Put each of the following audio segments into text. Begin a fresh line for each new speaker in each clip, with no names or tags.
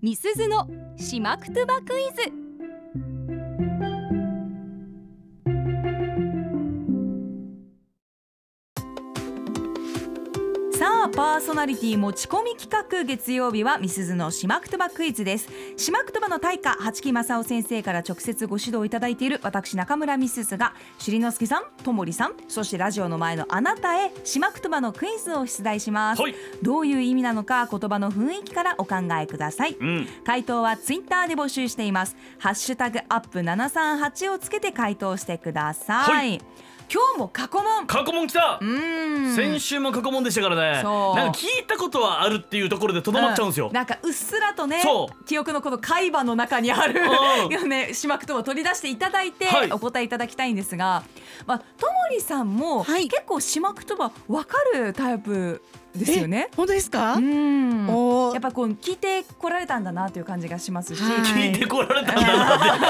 みすずのしまくとばクイズ
さあパーソナリティ持ち込み企画月曜日はみすずのしまくとばクイズですしまくとばの大家八木正夫先生から直接ご指導いただいている私中村みすずがしりのすけさんともりさんそしてラジオの前のあなたへしまくとばのクイズを出題します、
はい
どういう意味なのか言葉の雰囲気からお考えください、
うん
回答はツイッターで募集していますハッシュタグアップ738をつけて回答してください、
は
今日も過去問
過去問来た
うーん
先週も過去問でしたからね
そう
なんか聞いたことはあるっていうところでとどまっちゃうんですよ、
なんかうっすらとね
そう
記憶のこの海馬の中にある
うん
よ ねしまくとを取り出していただいて
はい
お答えいただきたいんですが、まあともりさんも
はい
結構しまくとばわかるタイプですよね
え。本当ですか
う？ん
おー
やっぱこう聞いてこられたんだなという感じがしますし、
はい
聞いてこられたんだなって
なんか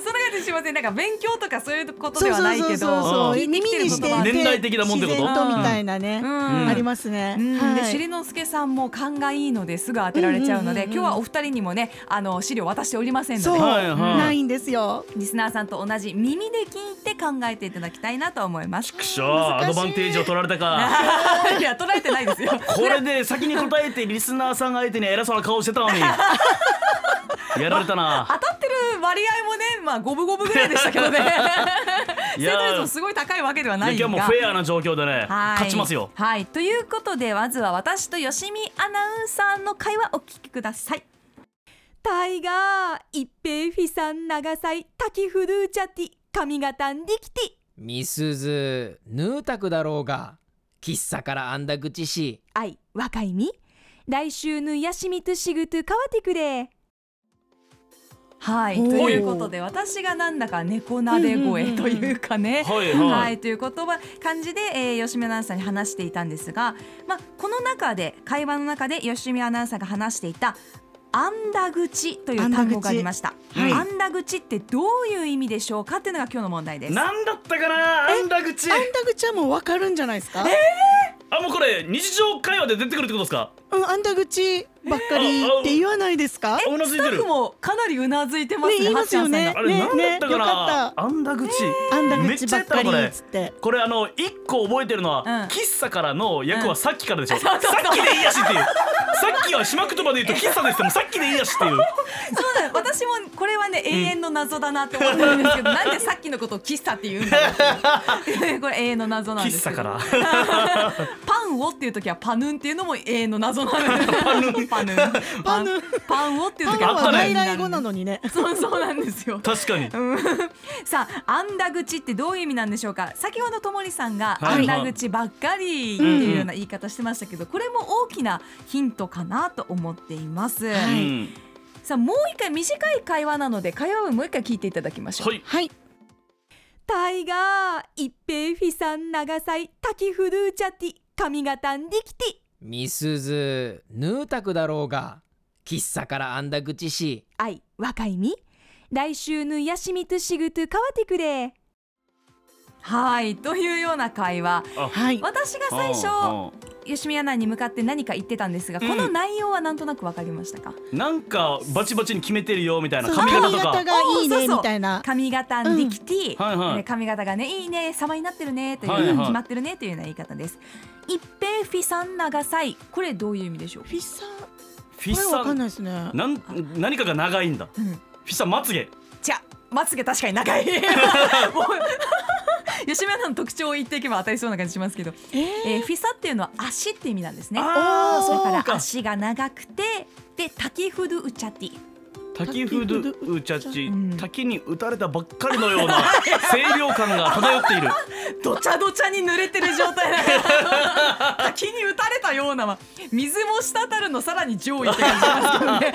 それがしませんなんか勉強とかそういうことではないけど、
そうそうそうそう
ん
う。
聞いて
耳
きてる
に
こ
し
と
て
は
て
年代的なもんってこと
自然とみたいなね、
うん
うん
ありますね。
うん
はい
でしりのすけさんも勘がいいのですぐ当てられちゃうので、
うんうんうんうん
今日はお二人にもねあの資料渡しておりませんの
そう、
で
はいはい
ないんですよ。
リスナーさんと同じ耳で聞いて考えていただきたいなと思います。
くしょーアドバンテージを取られたか
いや捉え てないですよ。
これで先に答えてリスナーさん相手に偉そうな顔してたのにやられたな
当たってる割合もねまあ五分五分ぐらいでしたけどね。
い
正
やー
答率もすごい高いわけではない
今
が。
日はもうフェアな状況でね
はい
勝ちますよ
はいということでまずは私と吉見アナウンサーの会話お聞きくださいタイガー一平フィさん長祭滝フルーチャティ髪型んできて
みすずヌータクだろうが喫茶からあんだ口し
あい若いみ来週ぬやしみとしぐとかわてくれはい
おー
ということで私がなんだか猫なで
うんうんう
声
んうん
というかね
はい
は
はい
い、という言葉感じで、えー吉見アナウンサーに話していたんですが、まあ、この中で会話の中で吉見アナウンサーが話していた「あんだ口」という単語がありました「
あんだ口はい
あんだ口」ってどういう意味でしょうかっていうのが今日の問題です。
何だったかなあんだ口
あんた口はもうわかるんじゃないですか？
あもうこれ日常会話で出てくるってことですか
うん、あんた口ばっかりって言わないですか？
あうなずい
スタ
て
ッ
る
フもかなりうなずいてますね
ね言いますよね
はっちゃんさんが
あれ
ね
何だったか
ねよかっ
なあんだ口
あんた
めっ
口
ちゃ
ば
や
っ
った
かり
これ
っつって。
これあの一個覚えてるのは
うん
喫茶からの役
うん
はさっきからでしょさっきでいいやしっていうさっきはしまくとまで言うと喫茶ですってもさっきでいいやしってい
そ
う
うだよ私もこれはね永遠の謎だなって思ってるんですけど、なんでさっきのことを喫茶って言うんだろうっていう これ永遠の謎なんです
喫
け
茶
ど
から
パンをっていう時はパヌンっていうのも永遠の謎なのでパヌンパヌン
パヌン
パンをっていう
パン
時は
あった
は
ね
外来語なのにね。
そうそうなんですよ
確かに
さああんだ口ってどういう意味なんでしょうか先ほどともりさんが
は
あ
い
んだ口ばっかりっていうような言い方してましたけどこれも大きなヒントかなと思っています、
う
はい
ん
さあもう一回短い会話なので会話をもう一回聞いていただきましょう
はい
はい。
タイガー一平フィさん長祭滝フルーチャティ髪型んできて
みすずヌータクだろうが喫茶からあんだ口し
あい若いみ来週ぬやしみとしぐとかわてくれはいというような会話
はい。
私が最初
うん
吉見アナに向かって何か言ってたんですが、
うん
この内容はなんとなくわかりましたか
うんなんかバチバチに決めてるよみたいな
そう
髪型とか
髪型がいい
おーそう
ね
そう
みたいな。
髪型ディキティ、
はいはい
えー髪型がねいいね様になってるねという、
はいはい
決まってるねというような言い方です一平フィさん長さいこれどういう意味でしょう
フィッサー。
フィッ
これわ
サ
かんないですね。
なん何かが長いんだフ
うん
ィッサまつげ
じゃあまつげ確かに 長いもう吉見アナの特徴を言っていけば当たりそうな感じしますけど
え
え
え
ー、フィサっていうのは足って意味なんですね。
あー
だか
そう
ら
か
足が長くて、で、滝フルウチャティ。
滝フードウチャチ
うん
滝に打たれたばっかりのような清涼感が漂っている
どちゃどちゃに濡れてる状態だ滝に打たれたようなは、水も滴るのさらに上位って感じなんです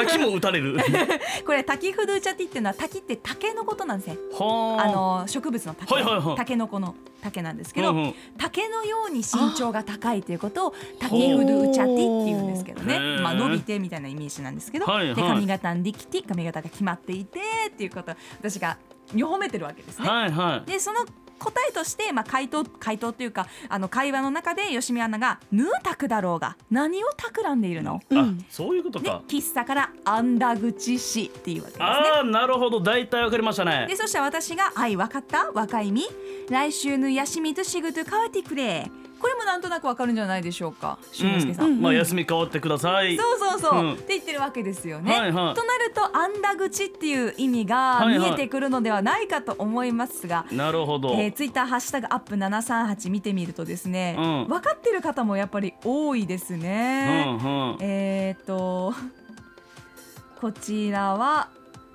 け
滝も打たれる
どね。これ滝フルウチャティっていうのは、滝って竹のことなんですね。
は
あの植物の竹、
はいはいはい
竹の子の竹なんですけど、
うんうん
竹のように身長が高いということを竹フルウチャティっていうんですけどね
ほうへ、ー
まあ、伸びてみたいなイメージなんですけど、
はいはい
で髪型にできて髪型が決まっていてっていうこと私が褒めてるわけですね。
はいはい
でその答えとして、まあ、回答回答というかあの会話の中で吉見アナが「ヌータクだろうが何を企んでいるの?」
あ
ん
そういうこと
で
か
喫茶から「あんだ口し」っていうわけですね。
ああなるほど大体わかりましたね
でそして私が「はいわかった若いみ来週のやしみとしぐと変わってくれ」これもなんとなくわかるんじゃないでしょうか俊之介さん。
うん
まあ休み変わってください
そうそうそう、
うん
って言ってるわけですよね。
はいはい
となると「あんだ口」っていう意味が
はい
見
はい
えてくるのではないかと思いますが、
なるほど、
えー、ツイッターハッシュタグアップ738見てみるとですね、
うん
分かってる方もやっぱり多いですね。
うんうん
えー、っと こちらは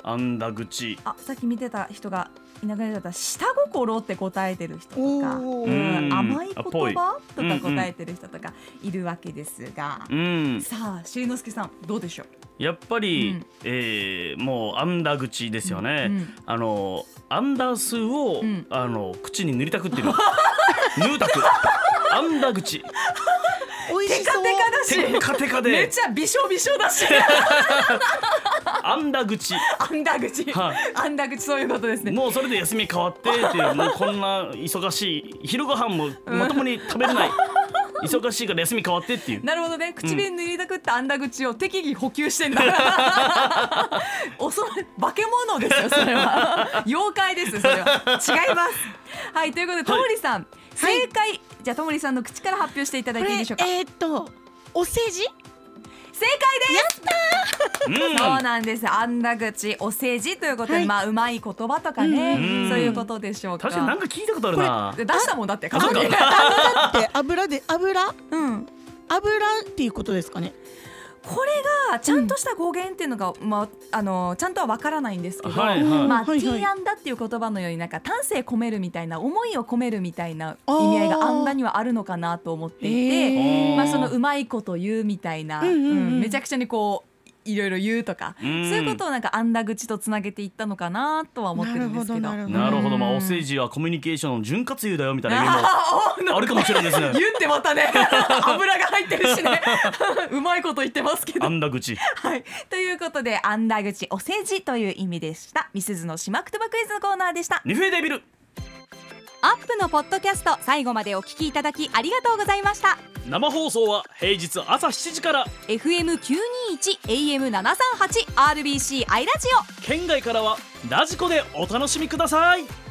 あんだ口
あさっき見てた人がいなくなっちゃった下心って答えてる人とか。
お
う
ー
ん
うん
甘い言
あぽい
葉と
うんう
か
ん
答えてる人とかいるわけですが、
うん
さあしりのすけさんどうでしょう
やっぱり、
うん
えーもうあんだ口ですよね、
うん
あのアンダースを、
うん
あの口に塗りたくっていう の塗たくアンダ口
美味しそう
テッカテカ
めっ
で
ちゃびしょびしょだ し
アンダ口
あんだ口、
は
あんだ口そういうことですね
もうそれで休み変わってっていうもうこんな忙しい昼ご飯もまともに食べ れない、忙しいから休み変わってっていう
なるほどね口紅塗りたくったあんだ口を適宜補給して んだ恐れ化け物ですよそれ は妖怪ですそれは違いますはいということでともりさん、正解、じゃあともりさんの口から発表していただい
こ
ていい
れ
でしょうか
えーっとお世辞
正解です
う ん
そうなんです。あんだ口、お世辞ということで、
はい
まあ、うまい言葉とかね、
うん
そういうことでしょうか。
確かになんか聞いたことあるな
で出したもんだって、過
そ
去
うか
に。
油って油で油
うん、
油っていうことですかね
これがちゃんとした語源っていうのが、まあ、あの、ちゃんとはわからないんですけど。
はいはい
まあ、
はいはい
ティーアンダっていう言葉のようになんか丹精込めるみたいな思いを込めるみたいな意味合いが
あー
あんだにはあるのかなと思っていて、
へー
まあ、そのうまいこと言うみたいな、
うんうんうん
うんめちゃくちゃにこういろいろ言うとか、
うん
そういうことをなんかあんだ口とつなげていったのかなとは思ってるんですけど。
なるほど
なるほどまあ
うん
お世辞はコミュニケーションの潤滑油だよみたいな意味も
あー
あるかもしれないですね
言ってまたね油が入ってるしね うまいこと言ってますけ
あ
ど。
んだ口
はい、ということで「あんだ口お世辞」という意味でしたみすずのしまくとばクイズのコーナーでした。
ニフェデビル
アップのポッドキャスト最後までお聞きいただきありがとうございました
生放送は平日朝7時から
FM921 AM738 RBC アイラジオ
県外からはラジコでお楽しみください